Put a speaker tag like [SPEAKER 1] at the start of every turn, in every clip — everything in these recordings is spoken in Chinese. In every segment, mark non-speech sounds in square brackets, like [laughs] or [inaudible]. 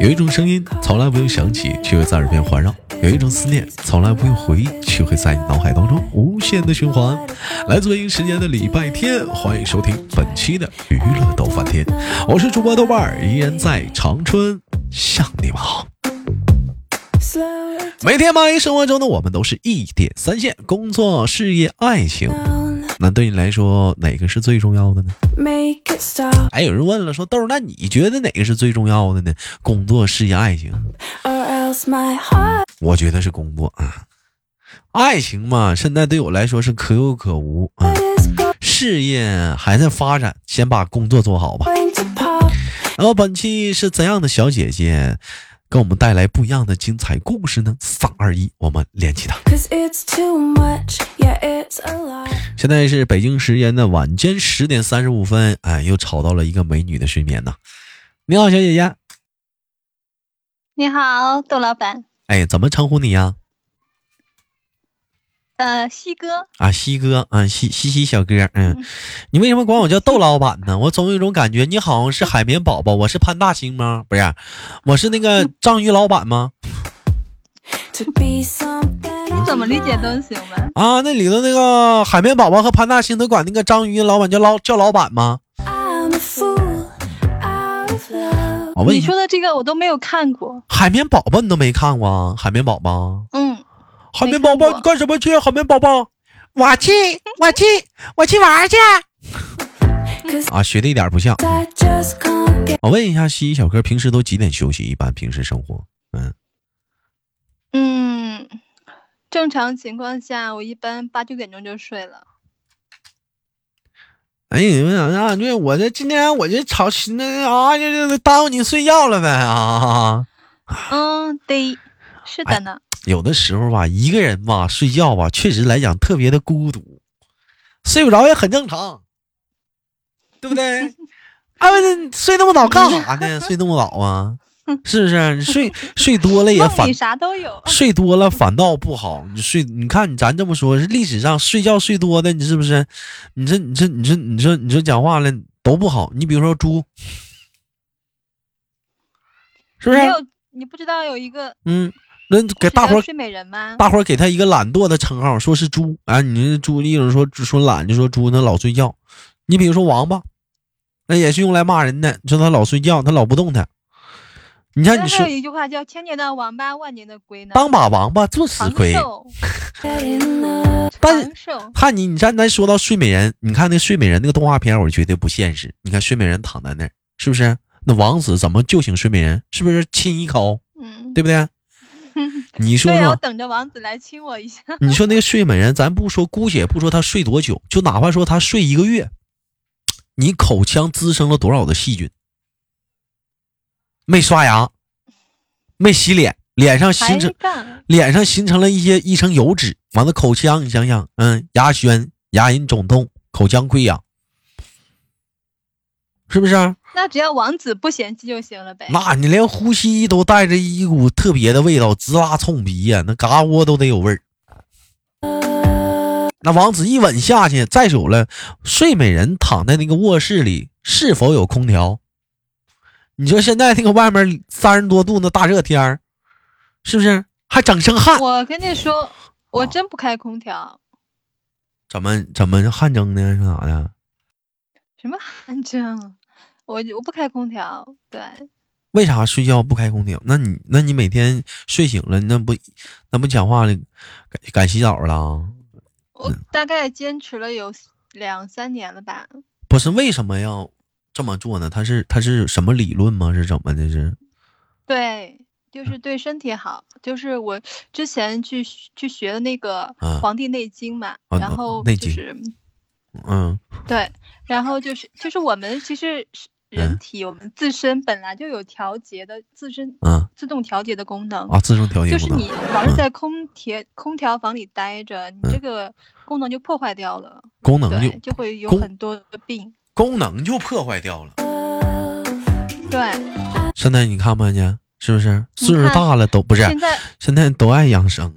[SPEAKER 1] 有一种声音从来不用想起，却会在耳边环绕；有一种思念从来不用回忆，却会在你脑海当中无限的循环。 [laughs] 来自北京时间的礼拜天，欢迎收听本期的娱乐逗翻天，我是主播豆瓣儿，依然在长春向你们好。每天忙于生活中的我们，都是一点三线：工作、事业、爱情。那对你来说，哪个是最重要的呢？
[SPEAKER 2] Make it stop
[SPEAKER 1] 哎，有人问了说，豆儿，那你觉得哪个是最重要的呢？工作、事业、爱情？
[SPEAKER 2] or else my heart
[SPEAKER 1] 我觉得是工作啊，爱情嘛，现在对我来说是可有可无啊。
[SPEAKER 2] is going
[SPEAKER 1] 事业还在发展，先把工作做好吧。
[SPEAKER 2] to pop.
[SPEAKER 1] 然后本期是怎样的小姐姐给我们带来不一样的精彩故事呢？三二一，我们连起她。
[SPEAKER 2] Cause it's too much, yeah, it's a lot.
[SPEAKER 1] 现在是北京时间的晚间十点三十五分，哎，又吵到了一个美女的睡眠呐。你好，小姐姐，
[SPEAKER 3] 你好，窦老板，
[SPEAKER 1] 哎，怎么称呼你呀？
[SPEAKER 3] 呃，西哥，
[SPEAKER 1] 啊，西哥，啊，西西西小哥，嗯，你为什么管我叫窦老板呢？我总有一种感觉，你好像是海绵宝宝，我是潘大星吗？不是，我是那个章鱼老板吗？
[SPEAKER 2] To be something.
[SPEAKER 3] 怎么理解都行吧？
[SPEAKER 1] 啊，那里头那个海绵宝宝和潘大星都管那个章鱼老板叫老叫老板吗？
[SPEAKER 2] I'm a fool out of love.
[SPEAKER 1] 啊我问
[SPEAKER 3] 你
[SPEAKER 1] 一下
[SPEAKER 3] 说，的这个我都没有看过，
[SPEAKER 1] 海绵宝宝你都没看过啊？海绵宝宝，
[SPEAKER 3] 嗯，
[SPEAKER 1] 海
[SPEAKER 3] 没
[SPEAKER 1] 绵宝宝，
[SPEAKER 3] 看过
[SPEAKER 1] 你干什么去？啊海绵宝宝，我去，我去，我去玩去。
[SPEAKER 2] Cause
[SPEAKER 1] 啊，学的一点不像。
[SPEAKER 2] I just can't get
[SPEAKER 1] 我问一下，西西小哥平时都几点休息？一般平时生活，嗯，
[SPEAKER 3] 嗯，正常情况下我一般八九点钟就睡了。
[SPEAKER 1] 哎，你们想让对我这今天我这吵起那啊，这这这耽误你睡觉了呗啊！
[SPEAKER 3] 嗯，对，是
[SPEAKER 1] 哎
[SPEAKER 3] 的呢。
[SPEAKER 1] 有的时候吧，一个人吧睡觉吧，确实来讲特别的孤独，睡不着也很正常，对不对？啊，那你睡那么早干啥呢？睡那么早啊？是不是？你睡睡多了也
[SPEAKER 3] 梦
[SPEAKER 1] 反
[SPEAKER 3] 里啥都有，
[SPEAKER 1] 睡多了反倒不好。你睡，你看，咱这么说，是历史上睡觉睡多的，你是不是？你这、你这、你这、你这、你这讲话了都不好。你比如说猪，是不是
[SPEAKER 3] 没？有你不知道有一个
[SPEAKER 1] 嗯，那给
[SPEAKER 3] 是
[SPEAKER 1] 大
[SPEAKER 3] 叫
[SPEAKER 1] 伙儿
[SPEAKER 3] 睡美人吗？
[SPEAKER 1] 大伙儿给他一个懒惰的称号，说是猪啊。你这猪，有人说说懒，就说猪那老睡觉。你比如说王八，那也是用来骂人的，你说他老睡觉，他老不动弹。你看，
[SPEAKER 3] 但
[SPEAKER 1] 你
[SPEAKER 3] 还
[SPEAKER 1] 说
[SPEAKER 3] 有一句话叫“千年的王八，万年的龟”呢。
[SPEAKER 1] 当把王八做死
[SPEAKER 3] 长
[SPEAKER 1] 亏。
[SPEAKER 3] 寿，
[SPEAKER 2] enough.
[SPEAKER 1] 但
[SPEAKER 3] 长寿，
[SPEAKER 1] 看你，你咱咱说到睡美人，你看那睡美人那个动画片，我觉得不现实。你看睡美人躺在那儿，是不是？那王子怎么救醒睡美人？是不是亲一口？
[SPEAKER 3] 嗯，
[SPEAKER 1] 对不
[SPEAKER 3] [laughs]
[SPEAKER 1] 对？你说
[SPEAKER 3] 对啊呀，我
[SPEAKER 1] 说，
[SPEAKER 3] 等着王子来亲我一下。
[SPEAKER 1] 你说那个睡美人，咱不说，姑且不说她睡多久，就哪怕说她睡一个月，你口腔滋生了多少的细菌？没刷牙，没洗脸，脸上
[SPEAKER 3] 还
[SPEAKER 1] 形成
[SPEAKER 3] 干？
[SPEAKER 1] 脸上形成了一些一层油脂，完了口腔，你想想，嗯，牙癣、牙龈肿痛、口腔溃疡，是不是啊？
[SPEAKER 3] 那只要王子不嫌弃就行了呗。
[SPEAKER 1] 那你连呼吸都带着一股特别的味道，直拉冲鼻呀、那嘎窝都得有味儿。那王子一吻下去，再有了，睡美人躺在那个卧室里是否有空调？你说现在那个外面三十多度那大热天儿，是不是还整身 [laughs] 汗？
[SPEAKER 3] 我跟你说，
[SPEAKER 1] 啊
[SPEAKER 3] 我真不开空调， [laughs]
[SPEAKER 1] 怎么怎么汗蒸呢？是咋的？
[SPEAKER 3] 什么汗蒸，我就我不开空调。对，
[SPEAKER 1] 为啥睡觉不开空调？那你那你每天睡醒了，那不那不讲话了，改改洗澡了啊？
[SPEAKER 3] 我大概坚持了有两三年了吧。
[SPEAKER 1] 不是为什么要这么做呢？他是他是什么理论吗？是怎么的？是
[SPEAKER 3] 对，
[SPEAKER 1] 嗯
[SPEAKER 3] 就是对身体好。就是我之前去学去学的那个
[SPEAKER 1] 啊
[SPEAKER 3] 《黄帝内经》嘛，
[SPEAKER 1] 啊
[SPEAKER 3] 然后
[SPEAKER 1] 内
[SPEAKER 3] 就
[SPEAKER 1] 经
[SPEAKER 3] 是
[SPEAKER 1] 嗯
[SPEAKER 3] 对，然后就是就是我们其实是人
[SPEAKER 1] 嗯
[SPEAKER 3] 体我们自身本来就有调节的自身
[SPEAKER 1] 啊
[SPEAKER 3] 自动调节的功能。
[SPEAKER 1] 啊，自身调节
[SPEAKER 3] 就
[SPEAKER 1] 不
[SPEAKER 3] 是
[SPEAKER 1] 能
[SPEAKER 3] 你老是
[SPEAKER 1] 嗯
[SPEAKER 3] 在空调空调房里待着，你这个功能就破坏掉了，
[SPEAKER 1] 功能
[SPEAKER 3] 对，
[SPEAKER 1] 就
[SPEAKER 3] 就会有
[SPEAKER 1] 功
[SPEAKER 3] 很多的病。
[SPEAKER 1] 功能就破坏掉了。
[SPEAKER 3] 对，
[SPEAKER 1] 现在你看不看见？是不是
[SPEAKER 3] 你
[SPEAKER 1] 岁数
[SPEAKER 3] 看
[SPEAKER 1] 大了都不是？
[SPEAKER 3] 现在
[SPEAKER 1] 现在都 [laughs] 爱养生，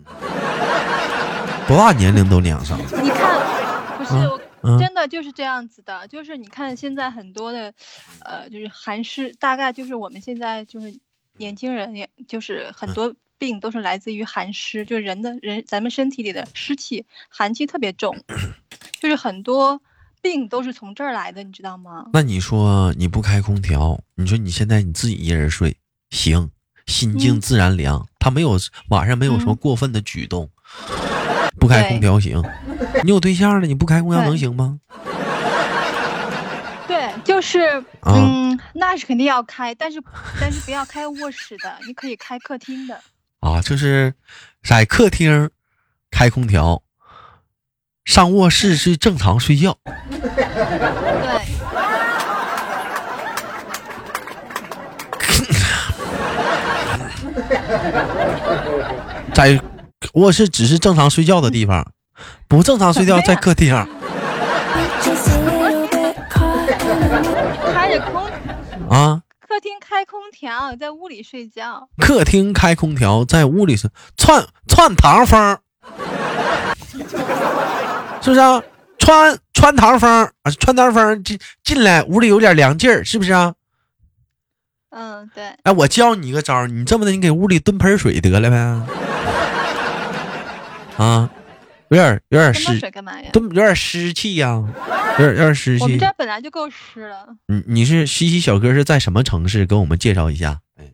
[SPEAKER 1] 多大年龄都养生。 [laughs]
[SPEAKER 3] 你看，不是
[SPEAKER 1] 啊
[SPEAKER 3] 我
[SPEAKER 1] 嗯
[SPEAKER 3] 真的就是这样子的，就是你看现在很多的，呃，就是韩式，大概就是我们现在就是年轻人，也就是
[SPEAKER 1] 嗯
[SPEAKER 3] 很多病都是来自于寒湿，就是人的人咱们身体里的湿气、寒气特别
[SPEAKER 1] [clears throat]
[SPEAKER 3] 重，就是很多病都是从这儿来的，你知道吗？
[SPEAKER 1] 那你说你不开空调，你说你现在你自己一个人睡，行，心静
[SPEAKER 3] 嗯
[SPEAKER 1] 自然凉，他没有晚上没有什么
[SPEAKER 3] 嗯
[SPEAKER 1] 过分的举动，不开空
[SPEAKER 3] 对
[SPEAKER 1] 调行。你有对象了，你不开空调能
[SPEAKER 3] 对
[SPEAKER 1] 行吗？
[SPEAKER 3] 对，就是
[SPEAKER 1] 啊
[SPEAKER 3] 嗯，那是肯定要开，但是但是不要开卧室的，你可以开客厅的。
[SPEAKER 1] 啊，就是在客厅开空调，上卧室是正常睡觉。
[SPEAKER 3] 对，
[SPEAKER 1] 在卧室只是正常睡觉的地方，不正常睡觉
[SPEAKER 3] 怎么
[SPEAKER 1] 在
[SPEAKER 3] 呀
[SPEAKER 1] 客厅啊
[SPEAKER 2] Just a little bit caught in the middle.
[SPEAKER 3] 开着空
[SPEAKER 1] 啊。
[SPEAKER 3] 客厅开空调，在屋里睡觉。
[SPEAKER 1] 客厅开空调，在屋里是窜窜堂风，是不是啊？穿穿堂风啊，穿堂风进进来，屋里有点凉劲儿，是不是啊？
[SPEAKER 3] 嗯，对，
[SPEAKER 1] 哎，我教你一个招儿，你这么的，你给屋里蹲盆水得了呗？啊，有点有点
[SPEAKER 3] 这么
[SPEAKER 1] 湿，
[SPEAKER 3] 水干嘛呀？
[SPEAKER 1] 蹲有点湿气呀、有点有点湿
[SPEAKER 3] 我们
[SPEAKER 1] 气
[SPEAKER 3] 这。儿本来就够湿了。
[SPEAKER 1] 你你是西西小哥是在什么城市？给我们介绍一下。哎，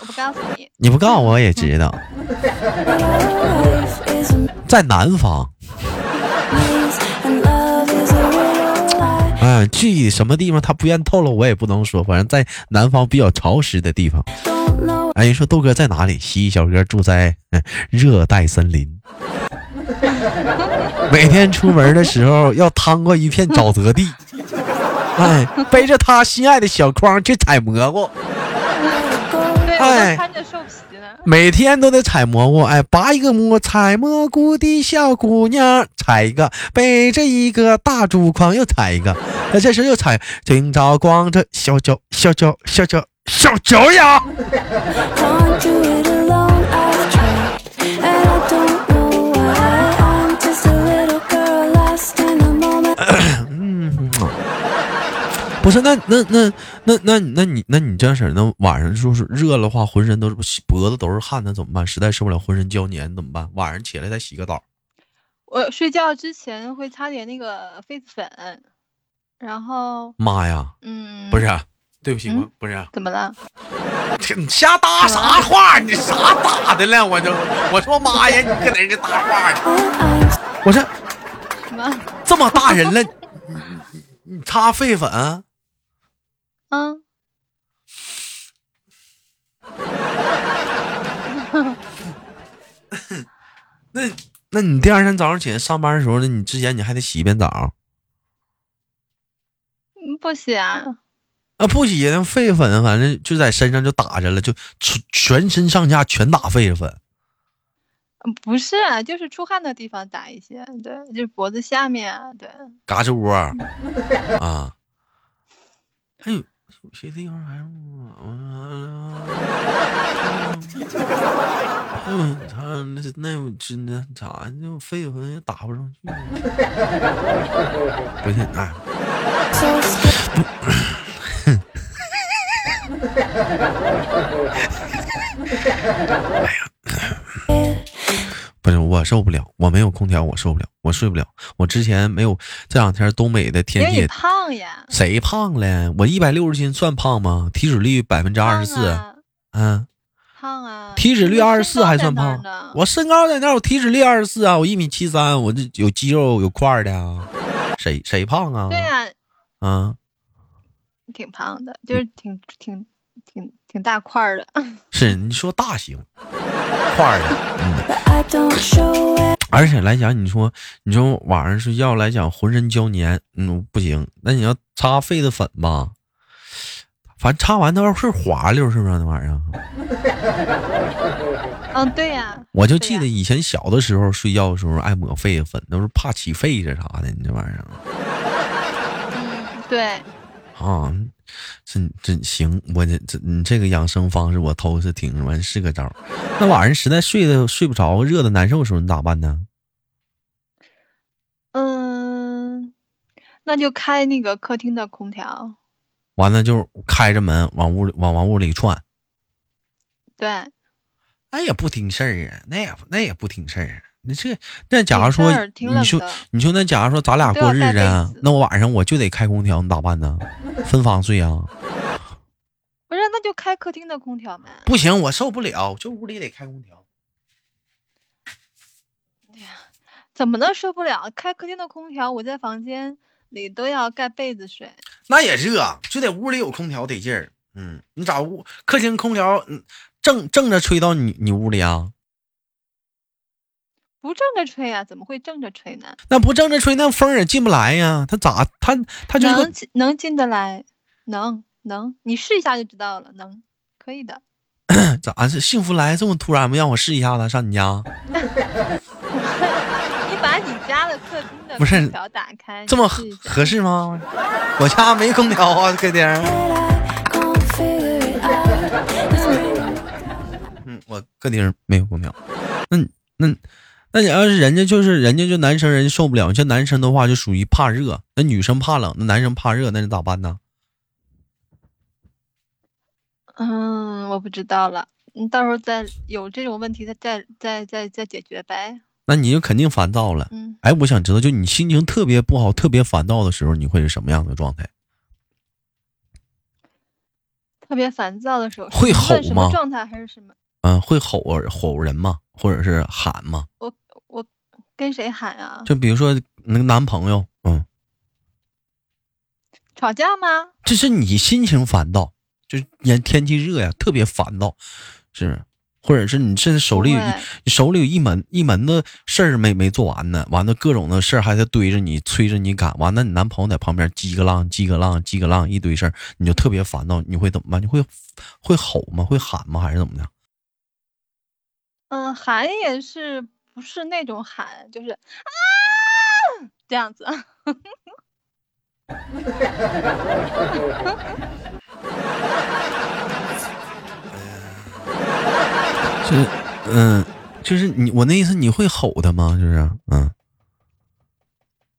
[SPEAKER 3] 我不告诉你，
[SPEAKER 1] 你不告诉我也知道，
[SPEAKER 2] Life is a
[SPEAKER 1] 在南方。
[SPEAKER 2] maze, and love is a riddle. I
[SPEAKER 1] 啊，具体什么地方他不愿透露，我也不能说。反正在南方比较潮湿的地方。
[SPEAKER 2] don't know
[SPEAKER 1] 哎，人说豆哥在哪里？西西小哥住在、嗯热带森林，每天出门的时候要趟过一片沼泽地。哎，背着他心爱的小筐去采蘑菇，
[SPEAKER 3] 对我
[SPEAKER 1] 哎
[SPEAKER 3] 都穿着兽皮呢。
[SPEAKER 1] 每天都得采蘑菇。哎，拔一个蘑，采蘑菇的小姑娘，采一个，背着一个大竹筐又采一个，哎，这时候又采，今朝光着小脚小脚小脚小脚丫。
[SPEAKER 2] can't do it alone. I've tried, and I don't know why. I'm just a little girl lost in the moment.
[SPEAKER 1] 嗯，不是，那那那那那那你那你这样式儿，那晚上就是热了的话，浑身都是脖子都是汗，那怎么办？实在受不了，浑身胶粘怎么办？晚上起来再洗个澡。
[SPEAKER 3] 我睡觉之前会擦点那个痱子粉，然后
[SPEAKER 1] 妈呀，
[SPEAKER 3] 嗯，
[SPEAKER 1] 不是，对不起，我
[SPEAKER 3] 嗯
[SPEAKER 1] 不是，
[SPEAKER 3] 怎么了？
[SPEAKER 1] 这你瞎搭啥话？你啥搭的了？我就我说妈呀，你搁哪儿这搭话呢？
[SPEAKER 2] I'm
[SPEAKER 1] 我说
[SPEAKER 3] 什么？
[SPEAKER 1] 这么大人了，你你你擦痱粉，啊
[SPEAKER 3] 嗯，
[SPEAKER 1] 那那你第二天早上起来上班的时候呢？你之前你还得洗一遍澡。
[SPEAKER 3] 嗯不行、啊，
[SPEAKER 1] 啊，不洗那痱粉，反正就在身上就打着了，就全全身上下全打痱粉。
[SPEAKER 3] 嗯不是啊、就是出汗的地方打一些，对，就是脖子下面啊，对，
[SPEAKER 1] 嘎吱窝 [laughs] 儿啊，哎还有有些地方还是我，嗯，他那那我真的咋就痱粉也打不上去？不是，哎，
[SPEAKER 2] so scared.
[SPEAKER 1] 不是我受不了，我没有空调我受不了，我睡不了。我之前没有这两天东北的
[SPEAKER 3] 因
[SPEAKER 1] 天
[SPEAKER 3] 为
[SPEAKER 1] 气也
[SPEAKER 3] 你胖呀，
[SPEAKER 1] 谁胖了？我一百六十斤算胖吗？体脂率百分之二十
[SPEAKER 3] 胖
[SPEAKER 1] 四，
[SPEAKER 3] 啊，
[SPEAKER 1] 嗯，
[SPEAKER 3] 胖啊，
[SPEAKER 1] 体脂率二十四还算胖
[SPEAKER 3] 呢？。
[SPEAKER 1] 我身高在那儿，我体脂率二十四啊，我一米七三，我这有肌肉有块儿的啊，谁谁胖啊？
[SPEAKER 3] 对呀、
[SPEAKER 1] 啊，
[SPEAKER 3] 挺胖的，就是
[SPEAKER 1] 嗯
[SPEAKER 3] 挺挺挺挺大块儿的。 [laughs]
[SPEAKER 1] 是你说大型块儿的，
[SPEAKER 2] But I don't show it.
[SPEAKER 1] 而且来讲，你说你说晚上睡觉来讲浑身胶粘，嗯，不行，那你要擦痱子粉吧，反正擦完它是滑溜，是不是啊那玩意儿？
[SPEAKER 3] 嗯，对呀、
[SPEAKER 1] 我就
[SPEAKER 3] 对
[SPEAKER 1] 记
[SPEAKER 3] 呀
[SPEAKER 1] 得以前小的时候睡觉的时候爱抹痱子粉，都是怕起痱子啥的。你这玩意儿
[SPEAKER 3] 嗯，对，
[SPEAKER 1] 啊，真真行，我这这你这个养生方式我头是挺完是个招儿。那晚上实在睡的睡不着，热的难受的时候，你咋办呢？
[SPEAKER 3] 嗯、那就开那个客厅的空调。
[SPEAKER 1] 完了就开着门往屋里往往屋里窜，
[SPEAKER 3] 对，
[SPEAKER 1] 那也不听事儿啊，那也不那也不听事儿啊。你这那假如说
[SPEAKER 3] 听事儿挺冷
[SPEAKER 1] 你说
[SPEAKER 3] 的
[SPEAKER 1] 你说那假如说咱俩
[SPEAKER 3] 都
[SPEAKER 1] 过
[SPEAKER 3] 要
[SPEAKER 1] 日
[SPEAKER 3] 盖
[SPEAKER 1] 子啊
[SPEAKER 3] 被子，
[SPEAKER 1] 那我晚上我就得开空调，你咋办呢？分房睡
[SPEAKER 3] [laughs]
[SPEAKER 1] 啊？
[SPEAKER 3] 不是，那就开客厅的空调嘛。
[SPEAKER 1] 不行，我受不了，就屋里得开空调。
[SPEAKER 3] 怎么能受不了？开客厅的空调，我在房间里都要盖被子睡。
[SPEAKER 1] 那也热，啊就得屋里有空调得劲儿。嗯，你咋屋客厅空调嗯正正着吹到你你屋里啊？
[SPEAKER 3] 不正着吹啊，怎么会正着吹呢？
[SPEAKER 1] 那不正着吹，那风儿也进不来呀。它咋它它就是个
[SPEAKER 3] 能进能进得来，能能，你试一下就知道了，能，可以的。
[SPEAKER 1] 哎咋是幸福来这么突然吗？让我试一下子上你啊家，
[SPEAKER 3] 你把你家的客厅的
[SPEAKER 1] 不是
[SPEAKER 3] 空调打开，
[SPEAKER 1] 这么合
[SPEAKER 3] 你试一下
[SPEAKER 1] 合适吗？我家没空调啊，哥丁儿。
[SPEAKER 2] Can't figure it out. It's really
[SPEAKER 1] 嗯，我哥丁儿没有空调。那你那那你要是人家就是人家就男生人家受不了，像男生的话就属于怕热，那女生怕冷，那男生怕热，那你咋办呢？
[SPEAKER 3] 嗯，我不知道了，你到时候再有这种问题再再再再再解决呗。
[SPEAKER 1] 那你就肯定烦躁了。
[SPEAKER 3] 嗯，
[SPEAKER 1] 哎，我想知道，就你心情特别不好、特别烦躁的时候，你会是什么样的状态？
[SPEAKER 3] 特别烦躁的时候，
[SPEAKER 1] 会
[SPEAKER 3] 是
[SPEAKER 1] 吼
[SPEAKER 3] 问什么
[SPEAKER 1] 吗
[SPEAKER 3] 状态还是什么？
[SPEAKER 1] 嗯、会吼吼人吗？或者是喊吗？
[SPEAKER 3] 我跟谁喊啊？
[SPEAKER 1] 就比如说那个男朋友，嗯，
[SPEAKER 3] 吵架吗？
[SPEAKER 1] 这是你心情烦躁，就是人天气热呀，特别烦躁，是不是，或者是你甚至手里有
[SPEAKER 3] 不会
[SPEAKER 1] 一手里有一门一门子事儿没没做完呢，完了各种的事儿还在堆着你，催着你赶，完了你男朋友在旁边叽个浪叽个浪叽个浪一堆事儿，你就特别烦躁，你会怎么办？你会会吼吗？会喊吗？还是怎么的？
[SPEAKER 3] 嗯，喊也是不是那种喊，就是啊这样子。 [laughs]
[SPEAKER 1] 就是嗯，就是你我那意思，你会吼他吗？就是嗯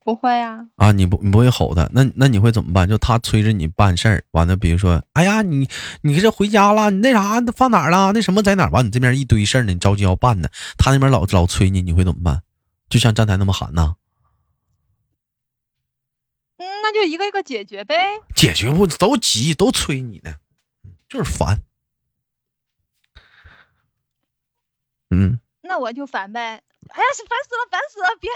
[SPEAKER 3] 不会啊，
[SPEAKER 1] 啊，你不你不会吼他，那那你会怎么办？就他催着你办事儿，完了比如说，哎呀，你你这回家了，你那啥放哪儿了？那什么在哪儿？完你这边一堆事儿呢，你着急要办呢，他那边老老催你，你会怎么办？就像站台那么喊呐，
[SPEAKER 3] 嗯，那就一个一个解决呗。
[SPEAKER 1] 解决不都急都催你呢，就是烦。嗯，
[SPEAKER 3] 那我就烦呗。哎呀，烦死了，烦死了，别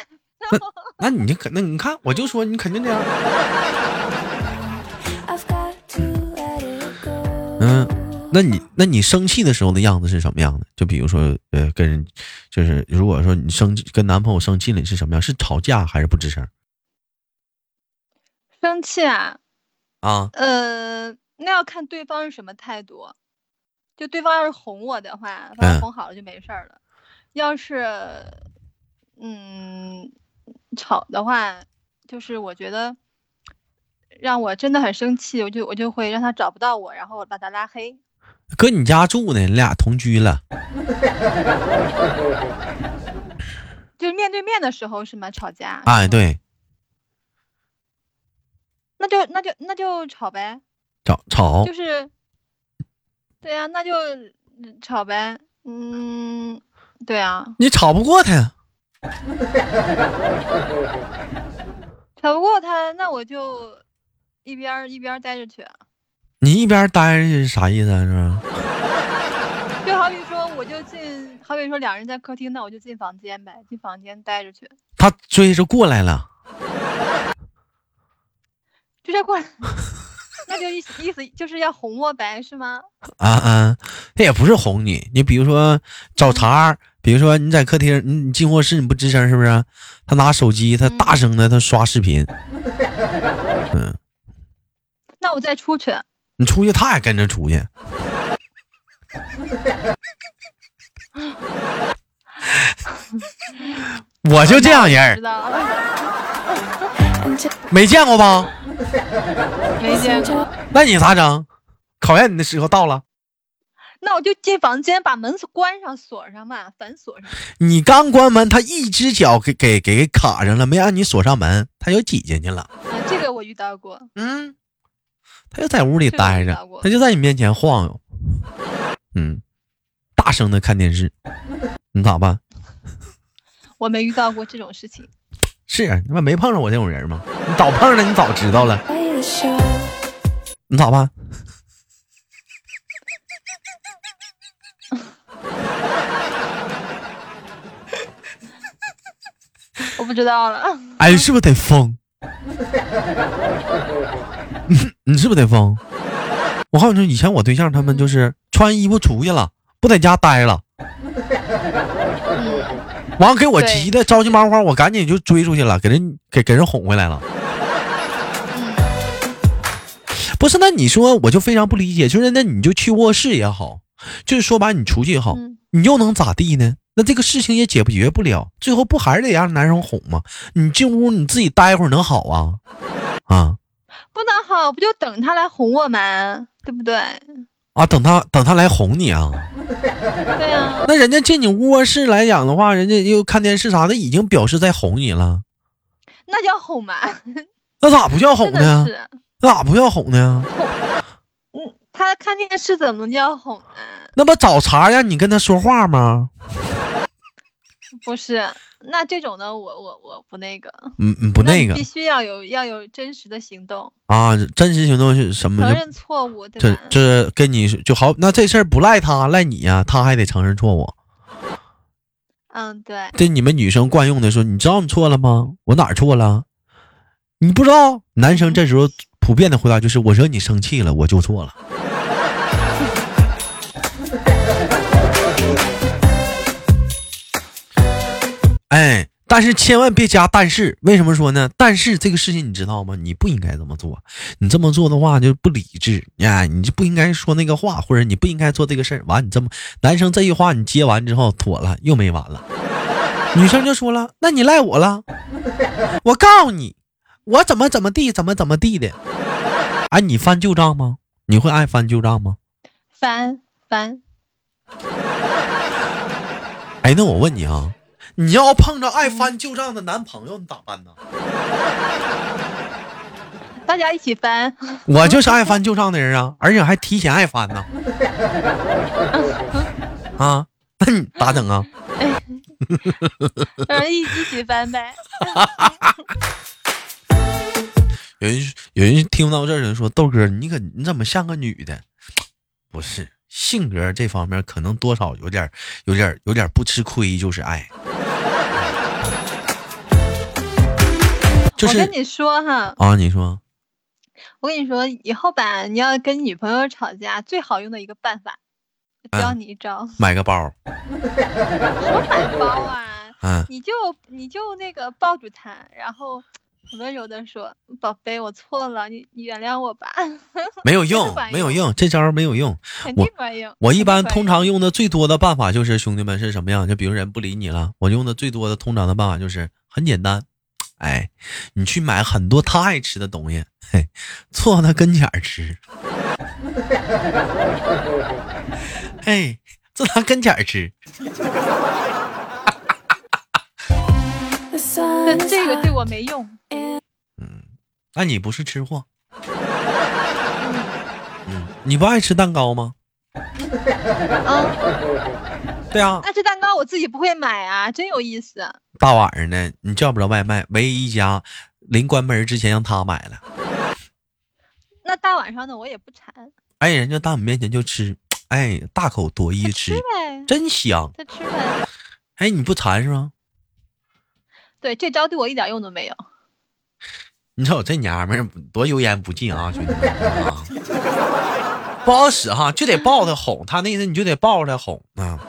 [SPEAKER 1] 那你就肯那你看，我就说你肯定这样。
[SPEAKER 2] I've got to let it go.
[SPEAKER 1] 嗯，那你那你生气的时候的样子是什么样的？就比如说，呃，跟人，就是如果说你生气跟男朋友生气了，你是什么样？是吵架还是不吱声
[SPEAKER 3] [laughs] 生气啊。
[SPEAKER 1] 啊？
[SPEAKER 3] 呃，那要看对方是什么态度。就对方要是哄我的话，把
[SPEAKER 1] 嗯
[SPEAKER 3] 我哄好了就没事儿了。要是嗯吵的话，就是我觉得让我真的很生气，我就我就会让他找不到我，然后我把他拉黑。
[SPEAKER 1] 搁你家住呢，你俩同居了，
[SPEAKER 3] 就是面对面的时候是吗？吵架？
[SPEAKER 1] 哎，
[SPEAKER 3] 是吗，
[SPEAKER 1] 对，
[SPEAKER 3] 那就那就那就吵呗。
[SPEAKER 1] 吵吵
[SPEAKER 3] 就，是，对呀、那就嗯吵呗。嗯，对啊，
[SPEAKER 1] 你吵不过他呀，
[SPEAKER 3] 吵不过他，那我就一边儿一边儿待着去。啊
[SPEAKER 1] 你一边待着是啥意思啊？是吧？
[SPEAKER 3] 就好比说，我就进，好比说两人在客厅，那我就进房间呗，进房间待着去。
[SPEAKER 1] 他追着过来了，
[SPEAKER 3] 就这过来，那就意思意思就是要哄我呗，是吗？
[SPEAKER 1] 啊啊，他也不是哄你，你比如说找茬儿，比如说你在客厅，你你进卧室你不吱声是不是？他拿手机，他大声的他刷视频，嗯。
[SPEAKER 3] 那我再出去，
[SPEAKER 1] 你出去，他也跟着出去。 [laughs] 我就这样人
[SPEAKER 3] 知
[SPEAKER 1] 儿，
[SPEAKER 3] 道了？
[SPEAKER 2] And just
[SPEAKER 1] 没见过吧？
[SPEAKER 3] 没见过。
[SPEAKER 1] 那你咋整？考验你的时候到了。
[SPEAKER 3] 那我就进房间，把门关上、锁上嘛，反锁上。
[SPEAKER 1] 你刚关门，他一只脚给给给卡上了，没按你锁上门，他就挤进去了。
[SPEAKER 3] 啊，这个个我遇到过，
[SPEAKER 1] 嗯，他就在屋里
[SPEAKER 3] 这个我
[SPEAKER 1] 待
[SPEAKER 3] 遇
[SPEAKER 1] 着
[SPEAKER 3] 到，过
[SPEAKER 1] 他就在你面前晃悠，嗯，大声的看电视，你咋办？
[SPEAKER 3] 我没遇到过这种事情。
[SPEAKER 1] 是啊你妈没碰上我这种人吗？你早碰了，你早知道了，
[SPEAKER 2] play the show.
[SPEAKER 1] 你咋办？
[SPEAKER 3] 我不知道了，
[SPEAKER 1] 哎，是不是得疯？ [laughs] 你你是不是得疯？我告诉你，以前我对象他们就是穿衣服出去了，不在家待了，完了给我急的着急忙慌，我赶紧就追出去了，给人给给人哄回来了。不是，那你说我就非常不理解，就是那你就去卧室也好，就是说白了你出去也好，
[SPEAKER 3] 嗯，
[SPEAKER 1] 你又能咋地呢？那这个事情也解不解决不了，最后不还是得让男生哄吗？你进屋你自己待一会儿能好啊？啊
[SPEAKER 3] 不能好，不就等他来哄我们，对不对？
[SPEAKER 1] 啊！等他等他来哄你啊！
[SPEAKER 3] 对呀、
[SPEAKER 1] 那人家进你卧室来讲的话，人家又看电视啥的，已经表示在哄你了，
[SPEAKER 3] 那叫哄嘛，
[SPEAKER 1] 那咋不叫哄
[SPEAKER 3] 真的
[SPEAKER 1] 呢？
[SPEAKER 3] 是。
[SPEAKER 1] 那咋不叫哄呢？
[SPEAKER 3] 嗯，他看电视怎么能叫哄呢？
[SPEAKER 1] 那不找茬让你跟他说话吗？
[SPEAKER 3] 不是，那这种的我我我不那个，
[SPEAKER 1] 嗯嗯，不
[SPEAKER 3] 那
[SPEAKER 1] 那
[SPEAKER 3] 你
[SPEAKER 1] 个
[SPEAKER 3] 必须要有要有真实的行动，
[SPEAKER 1] 啊，真实行动是什么？嗯
[SPEAKER 3] 承
[SPEAKER 1] 就
[SPEAKER 3] 认错误，对
[SPEAKER 1] 这
[SPEAKER 3] 吧？
[SPEAKER 1] 这跟你就好，那这事儿不赖他，赖你呀、他还得承认错误。
[SPEAKER 3] 嗯，对，
[SPEAKER 1] 对你们女生惯用的说，你知道你错了吗？我哪儿错了？你不知道？男生这时候普遍的回答就是我惹你生气了，我就错了。 [laughs] 哎，但是千万别加但是，为什么说呢？但是这个事情你知道吗？你不应该这么做，你这么做的话就不理智，哎，你就不应该说那个话，或者你不应该做这个事儿。完，你这么男生这句话你接完之后妥了，又没完了。女生就说了：“那你赖我了，我告诉你，我怎么怎么地，怎么怎么地的。”哎，你翻旧账吗？你会爱翻旧账吗？
[SPEAKER 3] 烦烦，
[SPEAKER 1] 哎，那我问你啊，你要碰着爱翻旧账的男朋友，你咋办呢？
[SPEAKER 3] 大家一起翻，
[SPEAKER 1] 我就是爱翻旧账的人啊，而且还提前爱翻呢。啊，那你咋整啊？
[SPEAKER 3] 让人一一起翻呗。
[SPEAKER 1] 有人有人听到这儿的人说：“豆哥，你可你怎么像个女的？”不是性格这方面可能多少有点儿有点儿有点儿不吃亏，就是爱， [laughs] 就
[SPEAKER 3] 我跟
[SPEAKER 1] 是
[SPEAKER 3] 你说哈，
[SPEAKER 1] 啊，你说
[SPEAKER 3] 我跟你说，以后吧，你要跟女朋友吵架，最好用的一个办法，
[SPEAKER 1] 啊
[SPEAKER 3] 教你一招，
[SPEAKER 1] 买个包儿，
[SPEAKER 3] 什么买包啊？
[SPEAKER 1] 嗯， [laughs]
[SPEAKER 3] 你就你就那个抱住她，然后很温柔的说：“宝贝，我错了，你你原谅我吧。 [laughs]
[SPEAKER 1] 没有
[SPEAKER 3] 真的
[SPEAKER 1] 用，
[SPEAKER 3] 管
[SPEAKER 1] 没有
[SPEAKER 3] 用
[SPEAKER 1] 用，这招儿没有用。”
[SPEAKER 3] 肯
[SPEAKER 1] 我
[SPEAKER 3] 定管用。
[SPEAKER 1] 我一
[SPEAKER 3] 肯定
[SPEAKER 1] 般
[SPEAKER 3] 管
[SPEAKER 1] 通
[SPEAKER 3] 用
[SPEAKER 1] 常用的最多的办法就是，兄弟们是什么样？就比如人不理你了，我用的最多的通常的办法就是很简单，哎，你去买很多他爱吃的东西，嘿，坐到他跟前儿吃，嘿，坐他哎跟前儿吃，
[SPEAKER 2] The sun
[SPEAKER 3] 但
[SPEAKER 2] is
[SPEAKER 3] 这个
[SPEAKER 2] hot
[SPEAKER 3] 对我没用，
[SPEAKER 1] 嗯那你不是吃货？嗯，你不爱吃蛋糕吗？
[SPEAKER 3] 嗯，
[SPEAKER 1] 对啊，
[SPEAKER 3] 那这蛋糕我自己不会买啊，真有意思。
[SPEAKER 1] 大晚上的你叫不着外卖，唯一一家临关门之前让他买了。
[SPEAKER 3] 那大晚上的我也不馋，
[SPEAKER 1] 哎，人家到你面前就吃，哎，大口朵颐吃，
[SPEAKER 3] 吃呗，
[SPEAKER 1] 真香。
[SPEAKER 3] 他吃呗。
[SPEAKER 1] 哎，你不馋是吗？
[SPEAKER 3] 对，这招对我一点用都没有。
[SPEAKER 1] 你瞅这娘们儿多油盐不进啊，兄弟们啊！不好使哈，就得抱着哄他那意思，你就得抱着哄啊。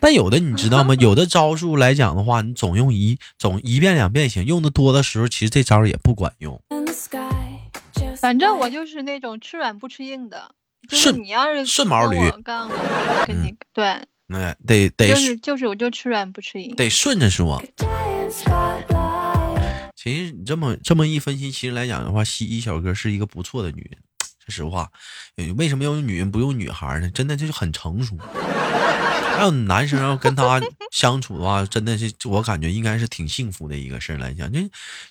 [SPEAKER 1] 但有的你知道吗？有的招数来讲的话，你总用一总一遍两遍行，用的多的时候，其实这招也不管用。
[SPEAKER 2] in the sky. Just
[SPEAKER 3] 反正我
[SPEAKER 2] like
[SPEAKER 3] 就是那种吃软不吃硬的，就
[SPEAKER 1] 顺
[SPEAKER 3] 你要是
[SPEAKER 1] 顺毛
[SPEAKER 3] 跟
[SPEAKER 1] 驴
[SPEAKER 3] 我干，我就跟你干
[SPEAKER 1] 那、哎得得
[SPEAKER 3] 对，就是就是我就吃软不吃硬。
[SPEAKER 1] 得顺着说。
[SPEAKER 2] a giant spotlight.
[SPEAKER 1] 其实你这么这么一分析，其实来讲的话，西医小哥是一个不错的女人。说实话，呃为什么要用女人不用女孩呢？真的就是很成熟，还有男生要跟他相处的话，真的是我感觉应该是挺幸福的一个事儿来讲，就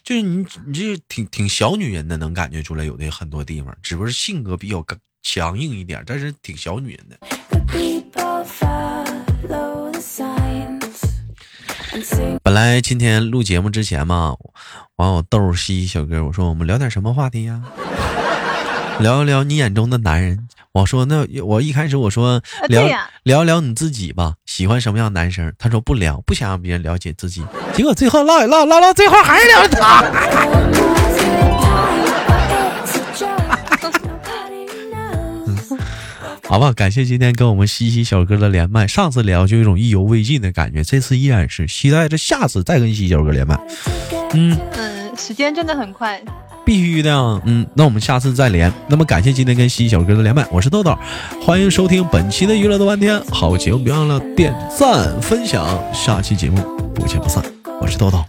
[SPEAKER 1] 就是你你这挺挺小女人的，能感觉出来有的很多地方，只不过是性格比较刚强硬一点，但是挺小女人的。
[SPEAKER 2] The people follow the signs and sing
[SPEAKER 1] 本来今天录节目之前嘛，完我豆儿西小哥我说我们聊点什么话题
[SPEAKER 3] [laughs]
[SPEAKER 1] 呀？聊一聊你眼中的男人。我说那我一开始我说
[SPEAKER 3] 呃
[SPEAKER 1] 聊、
[SPEAKER 3] 对呀
[SPEAKER 1] 聊一聊你自己吧，喜欢什么样的男生？他说不聊，不想让别人了解自己。结果最后唠一唠唠唠，最后还是聊他。 [laughs]
[SPEAKER 2] It's a time, but it's a joke. Nobody knows.
[SPEAKER 1] 好吧，感谢今天跟我们西西小哥的连麦。上次聊就有一种意犹未尽的感觉，这次依然是期待着下次再跟西西小哥连麦，
[SPEAKER 2] Mm.
[SPEAKER 3] 嗯，时间真的很快，
[SPEAKER 1] 必须的啊。嗯，那我们下次再连。那么感谢今天跟西西小哥的连麦，我是豆豆，欢迎收听本期的娱乐豆半天。好节目别忘了点赞分享，下期节目不见不散。我是豆豆，